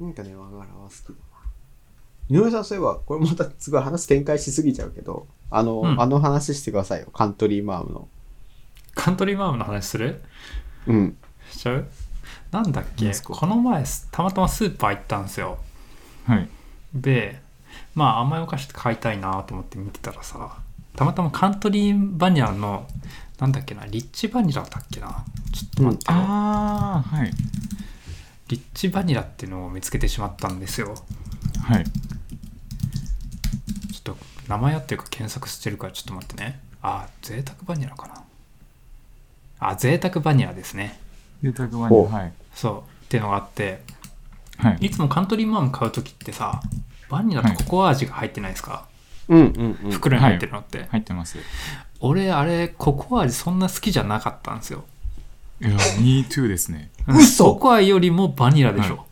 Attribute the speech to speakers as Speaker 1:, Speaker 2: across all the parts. Speaker 1: なんかね、和柄は好きだ
Speaker 2: 井上さん、そういえば、これまたすごい話展開しすぎちゃうけど、あの、
Speaker 3: うん
Speaker 2: あの話してくださいよ。カントリーマームの。
Speaker 3: カントリーマームの話する
Speaker 2: うん。
Speaker 3: しちゃうなんだっ
Speaker 1: いい
Speaker 3: け
Speaker 1: ですか
Speaker 3: この前すたまたまスーパー行ったんですよ
Speaker 1: はい。
Speaker 3: でまあ甘いお菓子って買いたいなと思って見てたらさたまたまカントリーバニラのなんだっけなリッチバニラだっけなちょっと待ってよ、
Speaker 1: ああ、はい。
Speaker 3: リッチバニラっていうのを見つけてしまったんですよ
Speaker 1: はい。
Speaker 3: ちょっと名前合ってるか検索してるからちょっと待ってねあ贅沢バニラかなあ贅沢バニラですね
Speaker 1: 贅沢ワニ
Speaker 2: お
Speaker 1: はい。
Speaker 3: そうっていうのがあって
Speaker 1: はい。
Speaker 3: いつもカントリーマーム買う時ってさバニラとココア味が入ってないですか、
Speaker 2: うんうんうん。
Speaker 3: 袋に入ってるのって、
Speaker 1: 入ってます。い
Speaker 3: 俺あれココア味そんな好きじゃなかったんですよ
Speaker 1: や、me too ですね。
Speaker 2: 嘘
Speaker 3: ココアよりもバニラでしょ、
Speaker 1: はい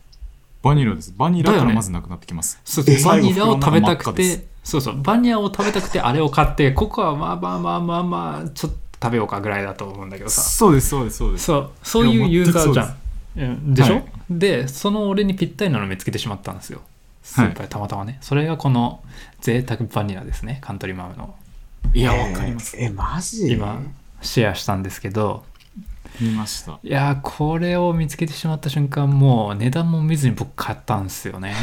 Speaker 1: バニラです。バニラか
Speaker 3: だよ
Speaker 1: ら
Speaker 3: ね
Speaker 1: まずなくなってきます。
Speaker 3: そうそうバ
Speaker 1: 最後
Speaker 3: ニラを食べたく
Speaker 1: 袋の中真っ赤
Speaker 3: てそうそうバニラを食べたくてあれを買ってココアまあまあまあまあまあちょっと食べようかぐらいだと思うんだけどさ
Speaker 1: そうです、そうです、そうです。
Speaker 3: そうそういういユーザーじゃんうんでしょ、
Speaker 1: はい
Speaker 3: でその俺にぴったりなの見つけてしまったんですよスーパーでたまたまね、それがこの贅沢バニラですねカントリーマームの
Speaker 1: い
Speaker 2: い
Speaker 1: や、わかります。
Speaker 2: えー、えマジ
Speaker 3: 今シェアしたんですけど
Speaker 1: 見ました。
Speaker 3: いやーこれを見つけてしまった瞬間もう値段も見ずに僕買ったんですよね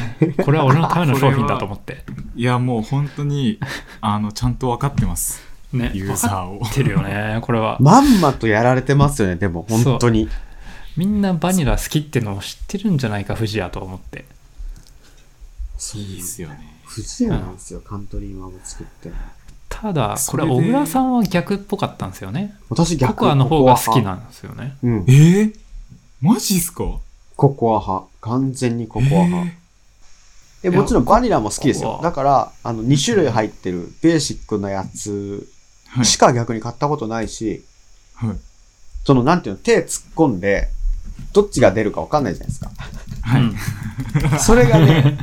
Speaker 3: これは俺のための商品だと思って
Speaker 1: いや、もう本当 に、あの、ちゃんと分かってます。
Speaker 3: ね
Speaker 1: ユー
Speaker 3: 分か
Speaker 1: ザーを。
Speaker 3: ってるよねこれは
Speaker 2: まんまとやられてますよね、でも、
Speaker 3: そう
Speaker 2: 本当に。
Speaker 3: みんなバニラ好きってのを知ってるんじゃないか藤谷と思って
Speaker 2: そう
Speaker 1: いいですよね。
Speaker 2: 不自由なんですよ、カントリーマーム作って。
Speaker 3: ただ
Speaker 1: そ
Speaker 3: こ
Speaker 1: れ
Speaker 3: れ
Speaker 1: で
Speaker 3: 小倉さんは逆っぽかったんですよね
Speaker 2: 私
Speaker 3: コ
Speaker 2: 逆
Speaker 3: コアの方が好き
Speaker 2: ココア派
Speaker 3: なんですよね
Speaker 2: うん
Speaker 1: え。ー、マジっすか
Speaker 2: ココア派。完全にココア派。
Speaker 1: えー
Speaker 2: えもちろんバニラも好きです
Speaker 3: コ
Speaker 2: よ
Speaker 3: コア
Speaker 2: だからあの2種類入ってるベーシックなやつ
Speaker 1: はい
Speaker 2: しか逆に買ったことないし、
Speaker 1: はい。
Speaker 2: そのなんていうの手突っ込んでどっちが出るか分かんないじゃないですか
Speaker 1: はい。
Speaker 3: うん
Speaker 2: それがね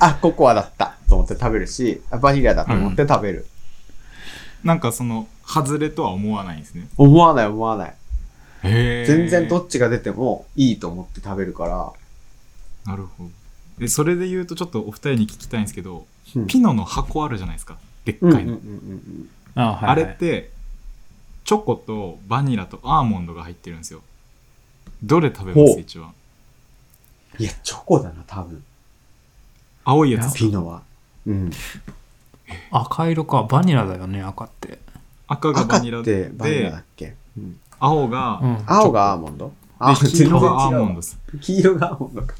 Speaker 2: あココアだったと思って食べるしあバニラだと思って食べる、
Speaker 1: なんかその、外れとは思わないんですね。
Speaker 2: 思わない思わない
Speaker 1: へー
Speaker 2: 全然どっちが出てもいいと思って食べるから、
Speaker 1: なるほど。で、それで言うと、ちょっとお二人に聞きたいんですけど、
Speaker 2: うん
Speaker 1: ピノの箱あるじゃないですか。でっか
Speaker 2: うんうんうん
Speaker 1: いの。
Speaker 2: うん
Speaker 3: あはい、
Speaker 1: あ
Speaker 3: はい、
Speaker 1: れって、チョコとバニラとアーモンドが入ってるんですよ。どれ食べま
Speaker 2: ほ
Speaker 1: す
Speaker 2: う
Speaker 1: 一番。
Speaker 2: いやチョコだな多分
Speaker 1: 青いやつ。
Speaker 2: ピノはうん
Speaker 3: 赤色かバニラだよね赤って
Speaker 1: 赤が
Speaker 2: 赤
Speaker 1: バ
Speaker 2: っ
Speaker 1: ニラ
Speaker 2: て
Speaker 1: で、
Speaker 2: バニラだっけ、うん、
Speaker 1: 青が、
Speaker 3: うん
Speaker 2: 青がアーモンドあ
Speaker 1: で黄色が
Speaker 2: 全
Speaker 1: ア
Speaker 2: 然違うわ
Speaker 1: ーモンドです。
Speaker 2: 黄色がアーモンドか。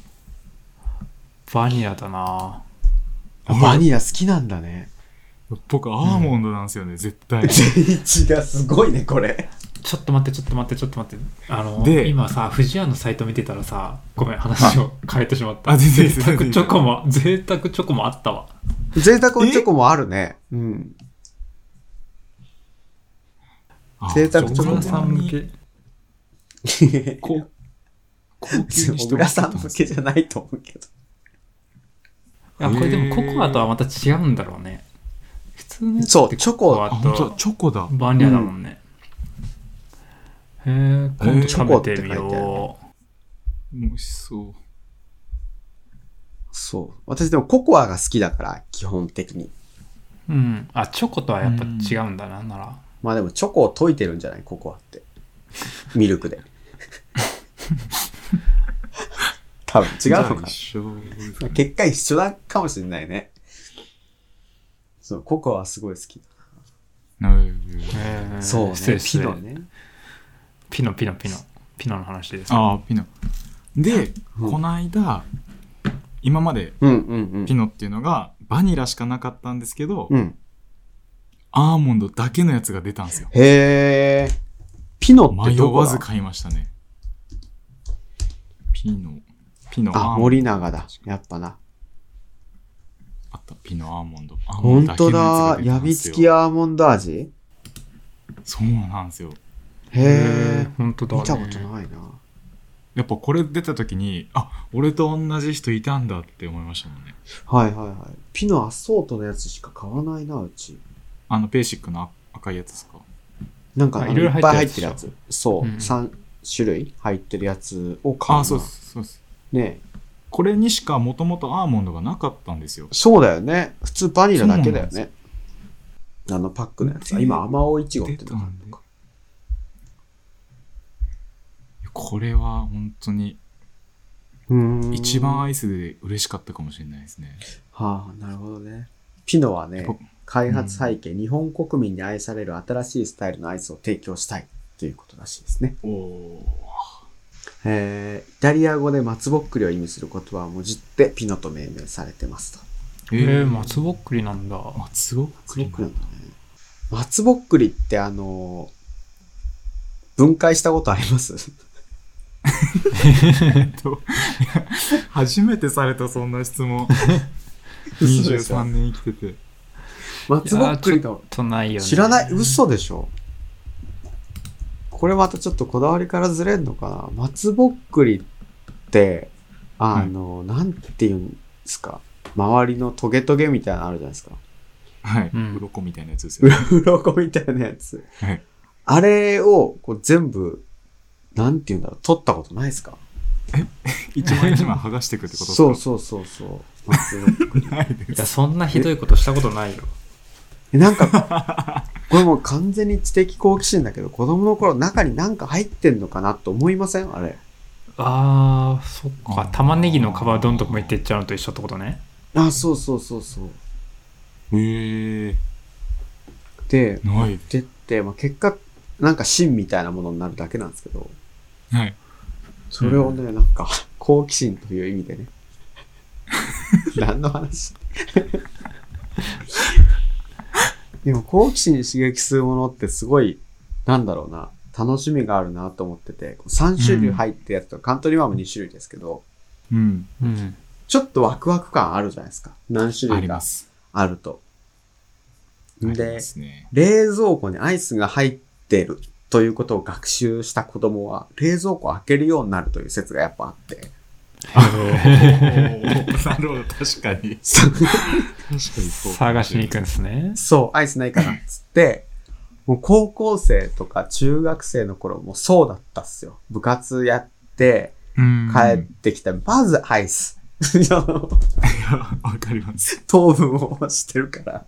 Speaker 3: バニラだな
Speaker 2: バニラ好きなんだね。
Speaker 1: 僕、アーモンドなんですよね、絶 対。
Speaker 2: 定一がすごいね、これ。
Speaker 3: ちょっと待ってちょっと待ってちょっと待ってあの
Speaker 1: で
Speaker 3: 今さ藤屋のサイト見てたらさごめん話を変えてしまった
Speaker 1: あ全然
Speaker 3: 贅
Speaker 1: いいです
Speaker 3: 沢チョコも贅沢チョコもあったわ
Speaker 2: 贅沢チョコもあるね。うん。
Speaker 1: あ
Speaker 2: 贅沢チ
Speaker 3: 小
Speaker 2: ョコもあ
Speaker 3: 倉
Speaker 2: る
Speaker 3: さん向け
Speaker 1: こ高級に
Speaker 2: 小
Speaker 1: して
Speaker 2: 倉
Speaker 1: ほしい
Speaker 2: さ
Speaker 1: と
Speaker 2: ん
Speaker 1: 思う
Speaker 2: 向けじゃないと思うけど。
Speaker 3: あこれでもココアとはまた違うんだろうね普通のやつって
Speaker 2: そうチョコ
Speaker 3: コ
Speaker 1: あ、
Speaker 3: ア
Speaker 1: 本当だ
Speaker 3: と
Speaker 1: チョコだ。
Speaker 3: バニラだもんね、へえ今
Speaker 1: え
Speaker 3: 度食べ
Speaker 1: ー
Speaker 3: てみ
Speaker 2: チョコって書いてある
Speaker 3: よう、
Speaker 1: 美味しそう。
Speaker 2: そう。私でもココアが好きだから、基本的に。
Speaker 3: うんあチョコとはやっぱ違うんだな、なら
Speaker 2: まあでもチョコを溶いてるんじゃないココアって。ミルク で。多分違うのか
Speaker 1: じゃあ
Speaker 2: な
Speaker 1: 一緒ですかね
Speaker 2: 結果一緒だかもしれないね。そう、ココアすごい好き。
Speaker 1: なるほど
Speaker 3: へー
Speaker 2: そう
Speaker 3: 失
Speaker 2: ね
Speaker 3: 礼。失
Speaker 2: ピ
Speaker 3: 礼
Speaker 2: ノね。
Speaker 3: ピノピノピノピノの話です
Speaker 1: ああ、ピノ。で、
Speaker 2: うん
Speaker 1: この間、今まで
Speaker 2: うんうんうん。
Speaker 1: ピノっていうのがバニラしかなかったんですけど、
Speaker 2: うん。
Speaker 1: アーモンドだけのやつが出たんですよ。
Speaker 2: へえ。ピノって
Speaker 1: 迷
Speaker 2: どこ
Speaker 1: わず
Speaker 2: だ
Speaker 1: 買いましたね。ピノ、ピノ、
Speaker 2: あ、
Speaker 1: アーモンド
Speaker 2: 森永だ。やっぱな。
Speaker 1: あった、ピノ、アーモンド。アーモ
Speaker 2: ほ
Speaker 1: ン
Speaker 2: ん
Speaker 1: ド
Speaker 2: と
Speaker 1: けの
Speaker 2: だ。
Speaker 1: や
Speaker 2: や
Speaker 1: つが出たんで
Speaker 2: び
Speaker 1: す
Speaker 2: つ
Speaker 1: よ
Speaker 2: きアーモンド味
Speaker 1: そうなんですよ。
Speaker 2: へえ。
Speaker 3: 本当だ、ね、
Speaker 2: 見たことないな。
Speaker 1: やっぱこれ出た時に、あ、俺と同じ人いたんだって思いましたもんね。
Speaker 2: はいはいはい。ピノアソートのやつしか買わないな、うち。
Speaker 1: あの、ベーシックの赤いやつですか
Speaker 2: なんか、
Speaker 3: あ
Speaker 2: あの
Speaker 3: いろい
Speaker 2: い
Speaker 3: ろ
Speaker 2: っぱい入
Speaker 3: 入っ
Speaker 2: っててる
Speaker 3: るや
Speaker 2: や
Speaker 3: つ
Speaker 2: つ。そう
Speaker 3: うん。
Speaker 2: 3種類入ってるやつを買うな。
Speaker 1: あ、そうです、そうです。
Speaker 2: ね
Speaker 1: これにしかもともとアーモンドがなかったんですよ。
Speaker 2: そうだよね。普通バニラだけだよね。あのパックのやつ。あ
Speaker 1: で
Speaker 2: 今、甘おういちごっ
Speaker 1: 出
Speaker 2: て
Speaker 1: た
Speaker 2: のがあ
Speaker 1: ん
Speaker 2: る
Speaker 1: で
Speaker 2: のか。
Speaker 1: これは本当に
Speaker 2: うーん
Speaker 1: 一番アイスで嬉しかったかもしれないですね。
Speaker 2: はあ、なるほどね。ピノはね
Speaker 1: やっぱ、
Speaker 2: 開発背景、日本国民に愛される新しいスタイルのアイスを提供したいということらしいですね。
Speaker 1: おお
Speaker 2: えーイタリア語で松ぼっくりを意味する言葉をもじってピノと命名されてますと。
Speaker 1: ー。
Speaker 3: えー、
Speaker 1: 松
Speaker 3: 松ぼっくりなんだ。
Speaker 1: 松ぼっくり
Speaker 2: なんだね。松ぼっくりってあのー分解したことあります
Speaker 1: えっと、いや初めてされたそんな質問。
Speaker 2: 嘘でしょ
Speaker 1: 23年生きてて。
Speaker 2: 松ぼっくり
Speaker 3: いやーち
Speaker 2: の
Speaker 3: ょっとないよね。
Speaker 2: 知らない嘘でしょこれまたちょっとこだわりからずれんのかな松ぼっくりって、あのーなんて言うんですか周りのトゲトゲみたいなのあるじゃないですか。
Speaker 1: はい。
Speaker 3: うん
Speaker 1: 鱗みたいなやつですよね。
Speaker 2: 鱗みたいなやつ。
Speaker 1: はい
Speaker 2: あれをこう全部、なんて言うんだろう、取ったことないですか
Speaker 1: 一枚一枚剥がしていくってことですか
Speaker 2: そうそうそうそう。松ぼっくり
Speaker 1: ないで
Speaker 3: い
Speaker 1: す。
Speaker 3: や、そんなひどいことしたことないよ。
Speaker 2: え なんか、これもう完全に知的好奇心だけど、子供の頃中になんか入ってんのかなと思いませんあれ。
Speaker 3: あー、そっ
Speaker 1: あ
Speaker 3: か。
Speaker 1: ー
Speaker 3: 玉ねぎの皮をどんどん剥いていっちゃうのと一緒ってことね。
Speaker 2: あ、そうそうそうそう。
Speaker 1: へえ
Speaker 2: で、
Speaker 1: ー。ないです。
Speaker 2: でって、まあ、結果、なんか芯みたいなものになるだけなんですけど、
Speaker 1: はい。
Speaker 2: それをね、なんか、好奇心という意味 でね。何の話でも好奇心に刺激するものってすごい、なんだろうな、楽しみがあるなと思ってて、3種類入ってやつと、カントリーマーム2種類ですけど、
Speaker 1: うん。
Speaker 3: うん。
Speaker 2: ちょっとワクワク感あるじゃないですか。何種
Speaker 1: あ
Speaker 2: 類
Speaker 1: り
Speaker 2: か
Speaker 1: ます。
Speaker 2: あると。
Speaker 1: あり
Speaker 2: で
Speaker 1: ま、すね。
Speaker 2: 冷蔵庫にアイスが入ってるということを学習した子供は、冷蔵庫を開けるようになるという説がやっぱあって。
Speaker 1: なるほど、確かに。
Speaker 2: そう
Speaker 1: 確かにそう。
Speaker 3: 探しに行くんですね。
Speaker 2: そう、アイスないかなっつって、もう高校生とか中学生の頃もそうだったっすよ。部活やって、
Speaker 1: うん。
Speaker 2: 帰ってきた、まずアイス。
Speaker 1: いやわかります。
Speaker 2: 糖分を欲してるから。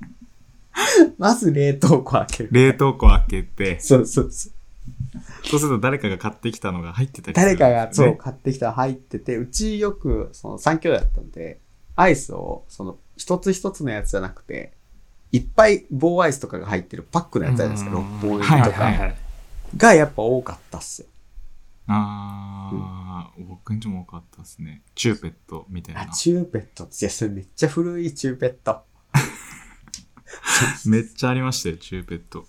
Speaker 2: まず冷凍庫開ける。
Speaker 1: 冷凍庫開けて、
Speaker 2: そうそうそう。
Speaker 1: そうすると誰かが買ってきたのが入ってたりす
Speaker 2: 誰
Speaker 1: るんです
Speaker 2: か
Speaker 1: よね、
Speaker 2: がそう買ってきたら入ってて、うちよくその3兄弟だったんで、アイスをその一つ一つのやつじゃなくて、いっぱい棒アイスとかが入ってるパックのやつあるんですけど、
Speaker 3: うん
Speaker 2: 6本入り
Speaker 1: はい
Speaker 2: と
Speaker 1: はい
Speaker 2: かがやっぱ多かったっすよ。
Speaker 1: あー、僕んちも多かったですね。チューペットみたいな
Speaker 2: あ、。チューペットって、いや、それめっちゃ古いチューペット。
Speaker 1: めっちゃありましたよ、チューペット。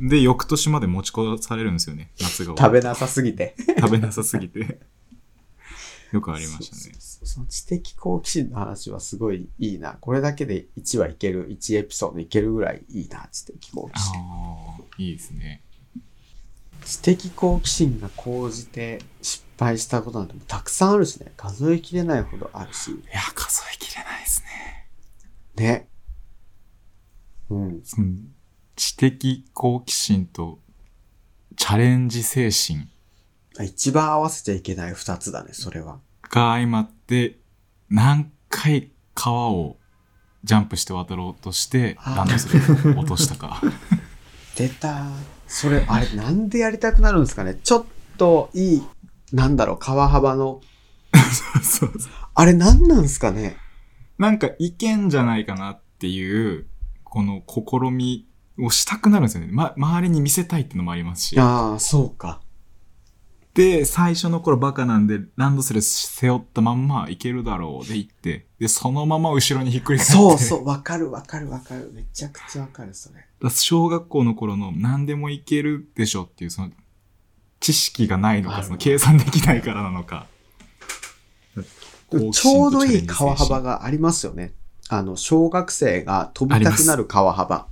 Speaker 1: で、翌年まで持ち越されるんですよね、夏が終
Speaker 2: 食
Speaker 1: わ
Speaker 2: べ
Speaker 1: る。
Speaker 2: なさすぎて。
Speaker 1: 食べなさすぎて。よくありました
Speaker 2: そう
Speaker 1: ね。
Speaker 2: そう その知的好奇心の話はすごいいいな。これだけで1はいける、1エピソードいけるぐらいいいな、知的好奇心。
Speaker 1: ああ、いいですね。
Speaker 2: 知的好奇心が高じて失敗したことなんてたくさんあるしね。数えきれないほどあるし。
Speaker 1: いや、数えきれないですね。
Speaker 2: ね。うん。
Speaker 1: その知的好奇心とチャレンジ精神
Speaker 2: 一番合わせちゃいけない二つだね、それは。
Speaker 1: が相まって何回川をジャンプして渡ろうとして
Speaker 2: あー
Speaker 1: ランドセルを落とし たか
Speaker 2: 出た。それ、あれ、なんでやりたくなるんですかね。ちょっといい、なんだろう、川幅の。
Speaker 1: そうそう
Speaker 2: あれ、なんなんですかね。
Speaker 1: なんかいけんじゃないかなっていうこの試みをしたくなるんですよね、ま、周りに見せたいってのもありますし
Speaker 2: ああ、そうか。
Speaker 1: で最初の頃バカなんでランドセル背負ったまんまいけるだろうで行ってでそのまま後ろにひっくり返って
Speaker 2: そうそう、 わかるわかるわかる。めちゃくちゃわかる、それ。
Speaker 1: だから小学校の頃の何でもいけるでしょっていうその知識がないの
Speaker 2: あ
Speaker 1: か
Speaker 2: る
Speaker 1: その計算できないからなのか
Speaker 2: ちょうどいい川幅がありますよね。あの、小学生が飛びたくなる川幅。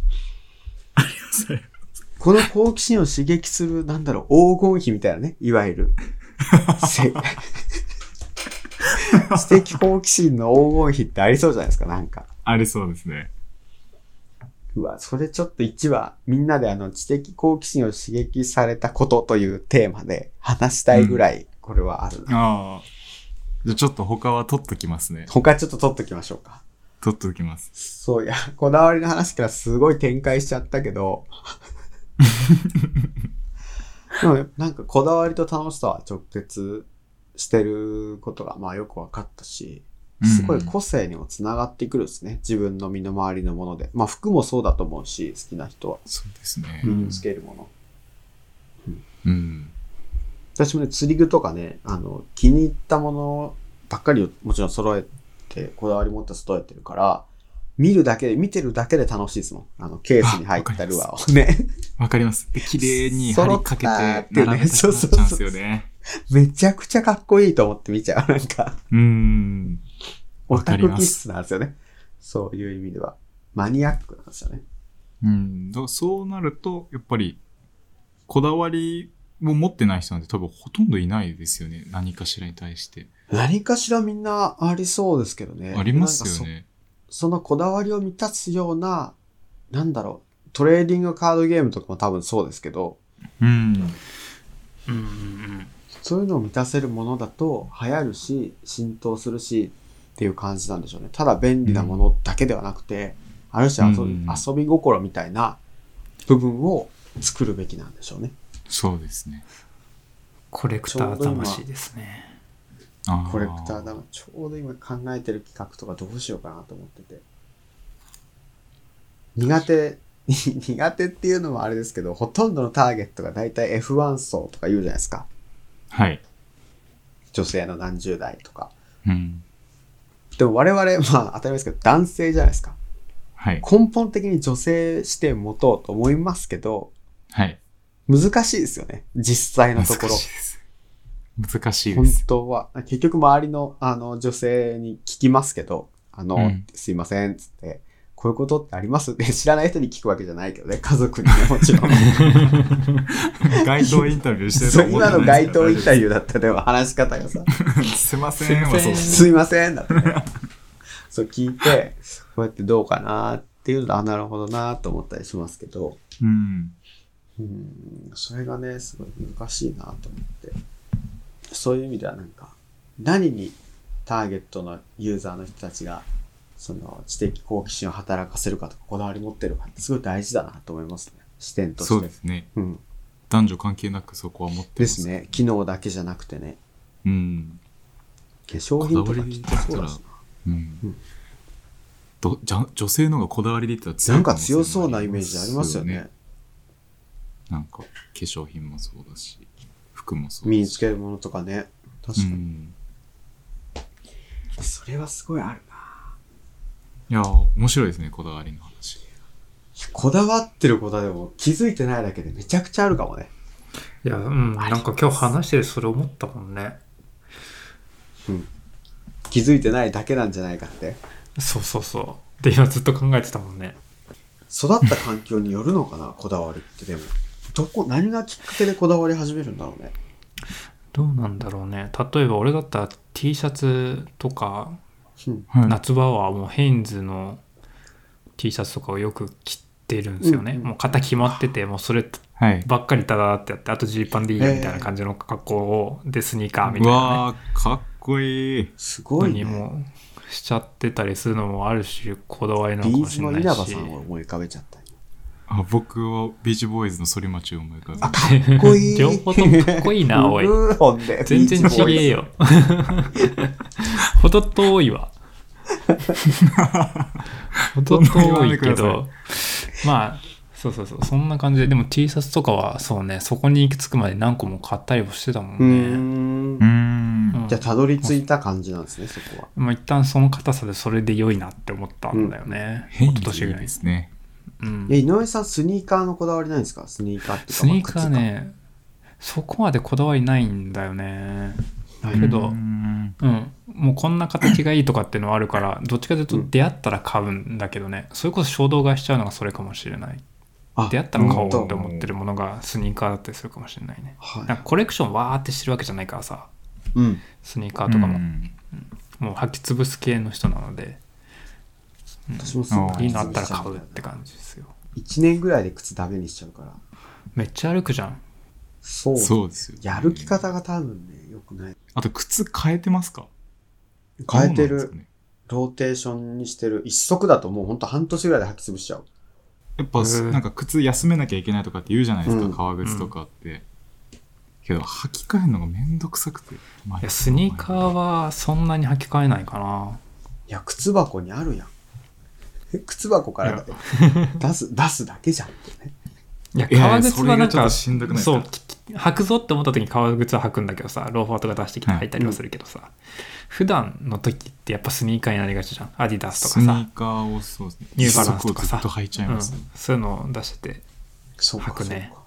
Speaker 2: この好奇心を刺激する、なんだろう、黄金比みたいなね、いわゆる。 せ知的好奇心の黄金比ってありそうじゃないですか、なんか。
Speaker 1: ありそうですね
Speaker 2: うわ、それちょっと1話、みんなであの、知的好奇心を刺激されたことというテーマで話したいぐらい、これはあるな。
Speaker 1: ああじゃあちょっと他は取っときますね。
Speaker 2: 他ちょっと取っときましょうか。
Speaker 1: 取っときます。
Speaker 2: そういや、こだわりの話からすごい展開しちゃったけど。でも、なんかこだわりと楽しさは直結してることが、まあよく分かったし、すごい個性にもつながってくるですね。自分の身の回りのもので。まあ服もそうだと思うし、好きな人は
Speaker 1: そうですね。
Speaker 2: 身につけるもの。
Speaker 1: うん。
Speaker 2: 私もね、釣り具とかね、あの、気に入ったものばっかりをもちろん揃えて、こだわり持って揃えてるから、見るだけで、見てるだけで楽しいですもん。あの、ケースに入ったルアーを ね。
Speaker 1: わかります。で、綺麗に針かけ
Speaker 2: 揃ったーって
Speaker 1: て
Speaker 2: ね
Speaker 1: 並べたくなっち ゃうんですよね。
Speaker 2: めちゃくちゃかっこいいと思って見ちゃう。なんか、
Speaker 1: うん。
Speaker 2: オ
Speaker 1: わ
Speaker 2: タ
Speaker 1: かり
Speaker 2: ク
Speaker 1: ます
Speaker 2: 気質なんですよね。そういう意味では。マニアックなんですよね。
Speaker 1: うん。だからそうなると、やっぱり、こだわりを持ってない人なんて多分ほとんどいないですよね。何かしらに対して。
Speaker 2: 何かしらみんなありそうですけどね。
Speaker 1: あります
Speaker 2: なんか
Speaker 1: よ
Speaker 2: そ
Speaker 1: ね。
Speaker 2: そのこだわりを満たすような、なんだろう、トレーディングカードゲームとかも多分そうですけど、
Speaker 1: うん。
Speaker 3: うんうん
Speaker 2: そういうのを満たせるものだと流行るし、浸透するしっていう感じなんでしょうね。ただ便利なものだけではなくて、ある種遊び,、
Speaker 1: うん
Speaker 2: 遊び心みたいな部分を作るべきなんでしょうね。
Speaker 1: そうですね。
Speaker 3: コレクター魂ですね
Speaker 1: あ
Speaker 2: コレクターだ
Speaker 1: な
Speaker 2: な。ちょうど今考えてる企画とかどうしようかなと思ってて。苦手、 苦手っていうのもあれですけど、ほとんどのターゲットが大体 F1 層とか言うじゃないですか。
Speaker 1: はい。
Speaker 2: 女性の何十代とか。
Speaker 1: うん。
Speaker 2: でも我々、まあ当たり前ですけど、男性じゃないですか。
Speaker 1: はい。
Speaker 2: 根本的に女性視点持とうと思いますけど、
Speaker 1: はい。
Speaker 2: 難しいですよね。実際の
Speaker 1: 難
Speaker 2: と
Speaker 1: しい
Speaker 2: こ
Speaker 1: で
Speaker 2: ろ。
Speaker 1: す。難しいで
Speaker 2: 本
Speaker 1: す。
Speaker 2: 当は。結局周りの、あの、女性に聞きますけど、あの、
Speaker 1: うん
Speaker 2: すいません、つって、こういうことってあります って知らない人に聞くわけじゃないけどね、家族にね、もちろん。
Speaker 1: 街頭インタビューしてると
Speaker 2: そう
Speaker 1: 思って
Speaker 2: 今
Speaker 1: ない
Speaker 2: の街頭インタ
Speaker 1: ビ
Speaker 2: ビューだったでも話し方がさ、
Speaker 1: ュー。すいません。
Speaker 3: すいません
Speaker 1: はそう
Speaker 2: すいません、 だって、ね。そう聞いて、こうやってどうかなっていうのあ、なるほどなと思ったりしますけど、
Speaker 1: うん。
Speaker 2: うん、それがね、すごい難しいなと思って。そういう意味ではなんか、何にターゲットのユーザーの人たちが、その知的好奇心を働かせるかとか、こだわり持ってるかってすごい大事だなと思いますね。視点として。
Speaker 1: そうですね。
Speaker 2: うん。
Speaker 1: 男女関係なくそこは持って
Speaker 2: で
Speaker 1: ます
Speaker 2: す。ね。機能だけじゃなくてね。
Speaker 1: うん。
Speaker 2: 化粧品と
Speaker 1: こだ
Speaker 2: か
Speaker 1: わ
Speaker 2: き
Speaker 1: り
Speaker 2: っとそうだし
Speaker 1: うんどじゃ女性の方がこだわりで言ったら
Speaker 2: な。
Speaker 1: 強い
Speaker 2: なんか強そうなイメージありますよね。。
Speaker 1: なんか化粧品もそうだし、服もそうだし
Speaker 2: 身につけるものとかね。確か
Speaker 1: う
Speaker 2: に。
Speaker 1: ん。
Speaker 2: それはすごいあるな。
Speaker 1: いや、面白いですね、こだわりの話。
Speaker 2: こだわってることでも気づいてないだけでめちゃくちゃあるかもね。
Speaker 3: いやうんなんか今日話してるそれ思ったもんね
Speaker 2: 気づいてないだけなんじゃないかって
Speaker 3: そうそうそうで今ずっと考えてたもんね
Speaker 2: 育った環境によるのか なこだわりってでもどこ何がきっかけでこだわり始めるんだろうね
Speaker 3: どうなんだろうね例えば俺だったら T シャツとか
Speaker 2: うん
Speaker 1: は
Speaker 3: 夏場はもうヘインズの T シャツとかをよく着てるんですよね、
Speaker 2: うんうん
Speaker 3: もう型決まっててもうそれ
Speaker 1: はい。
Speaker 3: ばっかりただってやってあとジーパンでいいやみたいな感じの格好を、でスニーカーみ
Speaker 1: う
Speaker 3: たいな、ね、
Speaker 1: わー、かっこいい。
Speaker 2: すご
Speaker 3: の
Speaker 2: い
Speaker 3: に
Speaker 2: ね
Speaker 3: もしちゃってたりするのもある種こだわりなのか
Speaker 2: ビー
Speaker 3: も
Speaker 2: ズ
Speaker 3: し
Speaker 2: の
Speaker 3: れ
Speaker 2: 稲
Speaker 3: ない
Speaker 2: 葉
Speaker 3: し
Speaker 2: さんを思い浮かべちゃった今
Speaker 1: あ僕はビーチボーイズの反町を思い浮かべた
Speaker 2: かっこいい
Speaker 3: 両方ともかっこいいなおい
Speaker 2: ブルーホンで
Speaker 3: 全然
Speaker 2: ビーチ
Speaker 3: ち
Speaker 2: ボーイ
Speaker 3: げえ よほど遠い わほど遠いけどまあそうそうそうそんな感じででも T シャツとかはそうねそこに行き着くまで何個も買ったりもしてた
Speaker 2: う
Speaker 3: も
Speaker 2: ー
Speaker 3: ん
Speaker 2: ん
Speaker 3: ね
Speaker 1: うーん。
Speaker 3: うん
Speaker 2: じゃあたどり着いた感じなんですねそこは
Speaker 3: まあ一旦その硬さでそれで良いなって思ったんだよね、
Speaker 1: ヘイン
Speaker 3: 一昨年
Speaker 1: ズい
Speaker 3: ぐ
Speaker 1: い
Speaker 3: らい
Speaker 1: で
Speaker 3: に、
Speaker 1: すね。
Speaker 3: うん
Speaker 2: え井上さんスニーカーのこだわりないんですかスニーカーっていうか
Speaker 3: スニーカー
Speaker 2: まあ
Speaker 3: ねそこまでこだわりないんだよね
Speaker 2: 靴かは
Speaker 3: け
Speaker 2: い
Speaker 3: ど
Speaker 1: うん
Speaker 3: うん、もうこんな形がいいとかっていうのはあるからどっちかというと出会ったら買うんだけどね、それこそ衝動買いしちゃうのがそれかもしれない
Speaker 2: あ
Speaker 3: 出会ったら買おうって
Speaker 2: 本当
Speaker 3: 思ってるものがスニーカーだったりするかもしれないねなん
Speaker 2: は
Speaker 3: かコレクションわーってしてるわけじゃないからさ
Speaker 2: いうん
Speaker 3: スニーカーとかも、
Speaker 1: うん
Speaker 3: もう履き潰す系の人なので、うん
Speaker 2: 私もすごい
Speaker 3: いいのあったら買うって感じですよ
Speaker 2: 1年ぐらいで靴ダメにしちゃうから
Speaker 3: めっちゃ歩くじゃん
Speaker 2: そう
Speaker 1: そうですよね。
Speaker 2: やる気方が多分ね良くない
Speaker 1: あと、靴変えてますか
Speaker 2: 変えて
Speaker 1: どうなんで
Speaker 2: る
Speaker 1: すか、ね
Speaker 2: ローテーションにしてる。一足だともうほんと半年ぐらいで履き潰しちゃう。
Speaker 1: やっぱ、
Speaker 3: へえ
Speaker 1: なんか靴休めなきゃいけないとかって言うじゃないですか、
Speaker 2: うん
Speaker 1: 革靴とかって、けど履き替えるのがめんどくさくて
Speaker 3: いやスニーカーはそんなに履き替えないかない
Speaker 2: や、靴箱にあるやん。靴箱から
Speaker 3: い
Speaker 2: 出す、出すだけじゃんってね。
Speaker 3: いや
Speaker 1: いやいや
Speaker 3: 革靴はなん
Speaker 1: それがちょっ
Speaker 3: か
Speaker 1: としんどくないです
Speaker 3: そう
Speaker 1: か
Speaker 3: きき履くぞって思った時に革靴は履くんだけどさローファーとか出してきて履いたりはするけどさ、普段の時ってやっぱスニーカーになりがちじゃんアディダスと
Speaker 1: ス
Speaker 3: か
Speaker 1: ニ
Speaker 3: さ
Speaker 1: ー、カーをそうですね
Speaker 3: ニューバランスとかさ
Speaker 1: 一足をずっと履いちゃいうま
Speaker 3: ん、
Speaker 1: す、
Speaker 3: そういうのを出してて
Speaker 2: そうか。
Speaker 3: 履くね
Speaker 2: そうか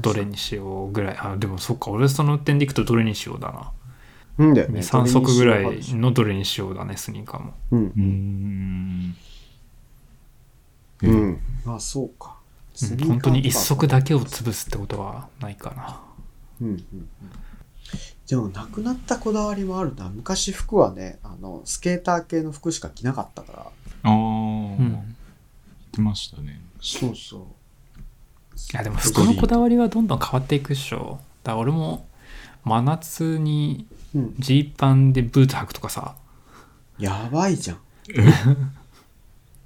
Speaker 3: どれにしようぐらいあでもそっか俺その点でいくとどれにしようだな、
Speaker 2: うんだよね。
Speaker 3: 3足ぐら
Speaker 2: どれ
Speaker 3: い
Speaker 2: にしようか
Speaker 3: のどれにしようだねスニーカーも
Speaker 2: う。
Speaker 1: うんん
Speaker 2: う。
Speaker 1: うん
Speaker 2: あ、そうか。
Speaker 3: うん本当に1足だけを
Speaker 2: つ
Speaker 3: 潰すってことはないかな
Speaker 2: うんうんうんでもなくなったこだわりもあるな昔服はねあのスケーター系の服しか着なかったから
Speaker 1: ああ、
Speaker 3: うん
Speaker 1: 言ってましたね
Speaker 2: そうそう
Speaker 3: いやでも服のこだわりはどんどん変わっていくっしょだから俺も真夏に
Speaker 2: うん、
Speaker 3: ジーパンでブーツ履くとかさ
Speaker 2: やばいじゃん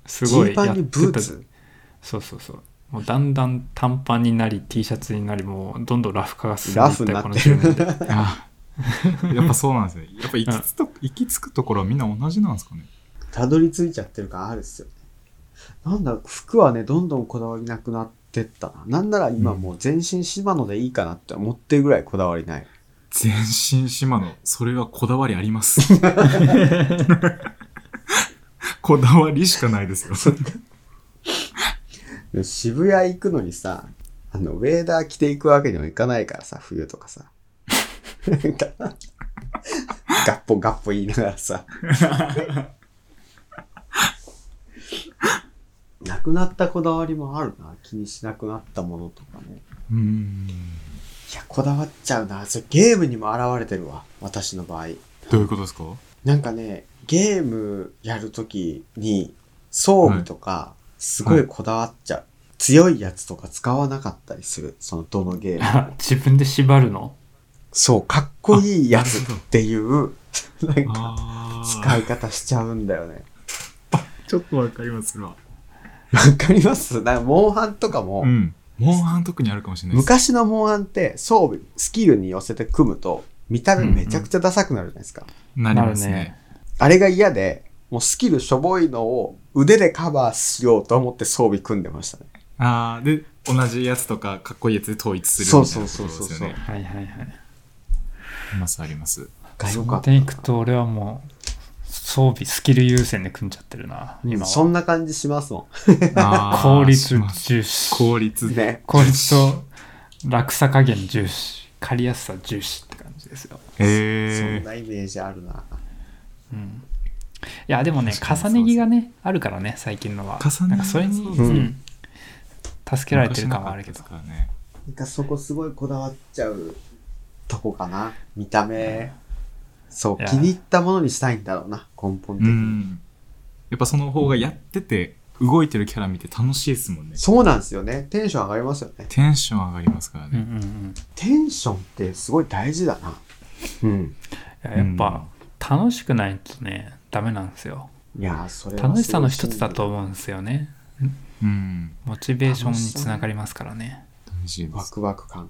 Speaker 3: す
Speaker 2: ジ
Speaker 3: ごい
Speaker 2: ー
Speaker 3: やっ
Speaker 2: パ
Speaker 3: て
Speaker 2: ン
Speaker 3: た
Speaker 2: にブーツ
Speaker 3: そうそうそうもうだんだん短パンになり T シャツになりもうどんどんラフ化が進んでい
Speaker 2: ラ
Speaker 3: っ
Speaker 2: フ
Speaker 3: た
Speaker 2: に
Speaker 3: よ
Speaker 2: なっ
Speaker 3: この
Speaker 2: て
Speaker 3: 10年で
Speaker 2: る
Speaker 1: あー やっぱそうなんですねやっぱ行きつと行き着くところはみんな同じなんですかね
Speaker 2: たどり着いちゃってる感あるっすよねなんだ服はねどんどんこだわりなくなってったななんなら今もう全身島野でいいかなって思ってるぐらいこだわりない
Speaker 1: 全身島のそれはこだわりありますこだわりしかないですよ
Speaker 2: で渋谷行くのにさあのウェーダー着ていくわけにはいかないからさ冬とかさなんかガッポガッポ言いながらさなくなったこだわりもあるな気にしなくなったものとかね
Speaker 1: うーん
Speaker 2: いやこだわっちゃうなそれゲームにも現れてるわ私の場合
Speaker 1: どういうことですか
Speaker 2: なんかねゲームやるときに装備とかすごいこだわっちゃう、強いやつとか使わなかったりするそのどのゲーム
Speaker 3: あ自分で縛るの
Speaker 2: そう、かっこいいやつっていう、なんか、
Speaker 1: あ
Speaker 2: 使い方しちゃうんだよね。
Speaker 1: ちょっとわかりますわ
Speaker 2: わかりますなんか、モンハンとかも、
Speaker 1: うんモンハン特にあるかもしれないです
Speaker 2: 昔のモンハンって装備、スキルに寄せて組むと、見た目めちゃくちゃダサくなるじゃないですか。
Speaker 1: なりますね
Speaker 2: あれが嫌で、もうスキルしょぼいのを腕でカバーしようと思って装備組んでましたね。
Speaker 1: ああで同じやつとかかっこいいやつで統一するみたい
Speaker 2: そう
Speaker 1: な
Speaker 2: そう
Speaker 1: とこ
Speaker 2: そ
Speaker 1: ろ
Speaker 2: う
Speaker 1: です
Speaker 2: そう
Speaker 1: よ
Speaker 2: そう。
Speaker 1: ね
Speaker 3: はいはいはい
Speaker 1: ありますあります
Speaker 2: が
Speaker 3: そ
Speaker 2: 良
Speaker 3: の
Speaker 2: った
Speaker 3: 点いくと俺はもう装備スキル優先で組んじゃってるな今
Speaker 2: な。そ
Speaker 3: は
Speaker 2: んな感じしますも
Speaker 1: あー
Speaker 3: 効率
Speaker 1: します
Speaker 3: 重視
Speaker 1: 効率
Speaker 2: ん。ね。
Speaker 3: 効率と落差加減重視借りやすさ重視って感じですよ、
Speaker 2: そん
Speaker 1: え
Speaker 2: なイメージあるな。
Speaker 3: うん、いやでもね
Speaker 1: 確かにそう
Speaker 3: 重ね着がねあるからね最近のは
Speaker 1: 重ね着が
Speaker 3: なんかそれに、
Speaker 1: そ
Speaker 2: で
Speaker 1: う
Speaker 2: すね
Speaker 3: うん助けられてる感はあるけど
Speaker 1: からね
Speaker 2: なんかそこすごいこだわっちゃうとこかな。見た目。そう、
Speaker 3: いや
Speaker 2: 気に入ったものにしたいんだろうな、根本的
Speaker 1: う
Speaker 2: に。
Speaker 1: んやっぱその方がやってて動いてるキャラ見て楽しいですもんね
Speaker 2: そうなんですよね。テンション上がりますよね。
Speaker 1: テンション上がりますから
Speaker 3: うんう
Speaker 1: ね、
Speaker 3: んうん
Speaker 2: テンションってすごい大事だな。うん。
Speaker 3: いややっぱ、楽しくないとねダメなんですよ
Speaker 2: いやー、それは
Speaker 3: 楽しさの一つだと思うんですよね
Speaker 1: うん、
Speaker 3: モチベーションにつながりますからね
Speaker 1: 楽しいで
Speaker 2: ワ
Speaker 1: す
Speaker 2: クワク感、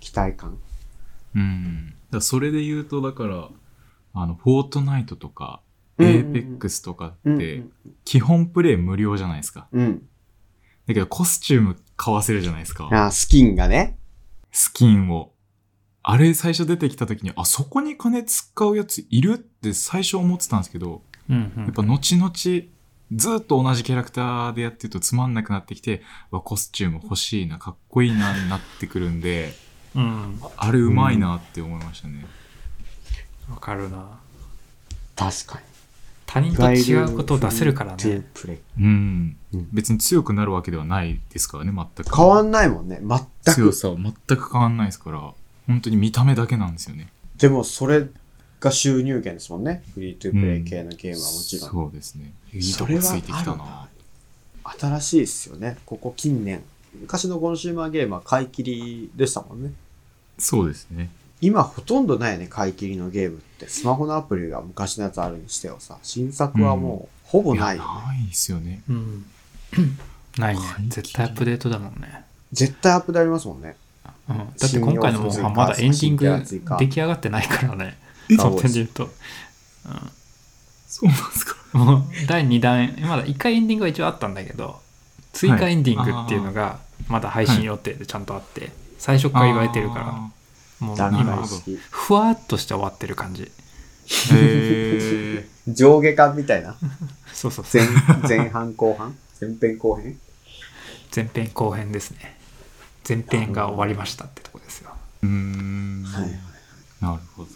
Speaker 2: 期待感。
Speaker 1: うんだからそれで言うとだからあのフォートナイトとか
Speaker 2: うん
Speaker 1: エ
Speaker 2: うんうん
Speaker 1: ーペックスとか
Speaker 2: うん
Speaker 1: っ
Speaker 2: う
Speaker 1: て
Speaker 2: ん。
Speaker 1: 基本プレイ無料じゃないですか
Speaker 2: うん。
Speaker 1: だけどコスチューム買わせるじゃないですか
Speaker 2: あースキンがね。
Speaker 1: スキンを。あれ最初出てきた時に、あ、そこに金使うやついるって最初思ってたんですけど、
Speaker 3: うんうん
Speaker 1: やっぱ後々、ずっと同じキャラクターでやってるとつまんなくなってきて、わ、コスチューム欲しいな、かっこいいな、になってくるんで、
Speaker 3: うんわ
Speaker 1: あれうまいなって思いましたね。
Speaker 3: かるな
Speaker 2: 確かに。
Speaker 3: 他人と違うことを出せるから
Speaker 2: フリー
Speaker 3: ね
Speaker 2: トゥープレイ
Speaker 1: うん。
Speaker 2: うん
Speaker 1: 別に強くなるわけではないですからね、全く。
Speaker 2: 変わんないもんね。全
Speaker 1: 強
Speaker 2: く。
Speaker 1: さは全く変わんないですから、本当に見た目だけなんですよね。
Speaker 2: でもそれが収入源ですもんね。フリートゥープレイ系のゲームはもちろん。
Speaker 1: そうですね。いいとこついてきたな。
Speaker 2: あるな新しいですよねここ近年昔のコンシューマーゲームは買い切りでしたもんね
Speaker 1: そうですね。
Speaker 2: 今ほとんどないよね、買い切りのゲームって。スマホのアプリが昔のやつあるにしてよさ、新作はもうほぼ
Speaker 1: いや
Speaker 2: ないよね。
Speaker 1: ないですよね。
Speaker 3: うん。ないね
Speaker 1: 買い切。り
Speaker 3: 絶対アップデートだもんね。
Speaker 2: 絶対アップでありますもんね。
Speaker 3: うん、だって今回のも
Speaker 2: 新
Speaker 3: う
Speaker 2: 要素
Speaker 3: まだエンディ
Speaker 2: 追
Speaker 3: ン
Speaker 2: 加
Speaker 3: グ
Speaker 2: 追加
Speaker 3: 出来上がってないからね。
Speaker 1: え
Speaker 3: そう点で言うと。
Speaker 1: そうなんですか。
Speaker 3: うん、もう第2弾、まだ1回エンディングは一応あったんだけど、追加エンディングっていうのがまだ配信予定でちゃんとあって、最初から言われてるから、
Speaker 1: あ
Speaker 3: もう
Speaker 2: 段階
Speaker 1: なる
Speaker 3: 今
Speaker 1: ほ、ど
Speaker 2: 式。
Speaker 3: ふわっとして終わってる感じ。
Speaker 1: ー。へえ。
Speaker 2: 上下巻みたいな。
Speaker 3: そうそうそう
Speaker 2: 前、前半後半 前編後編
Speaker 3: 前編後編ですね。前編が終わりましたってとこですよ。
Speaker 1: うーん。なるほど。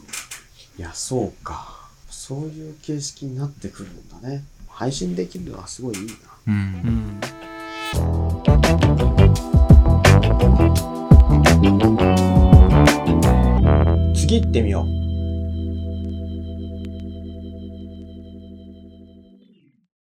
Speaker 2: いや、そうか。そういう形式になってくるんだね。配信できるのはすごいいいな。
Speaker 3: う
Speaker 1: う。
Speaker 3: んん。
Speaker 2: 次行ってみよう。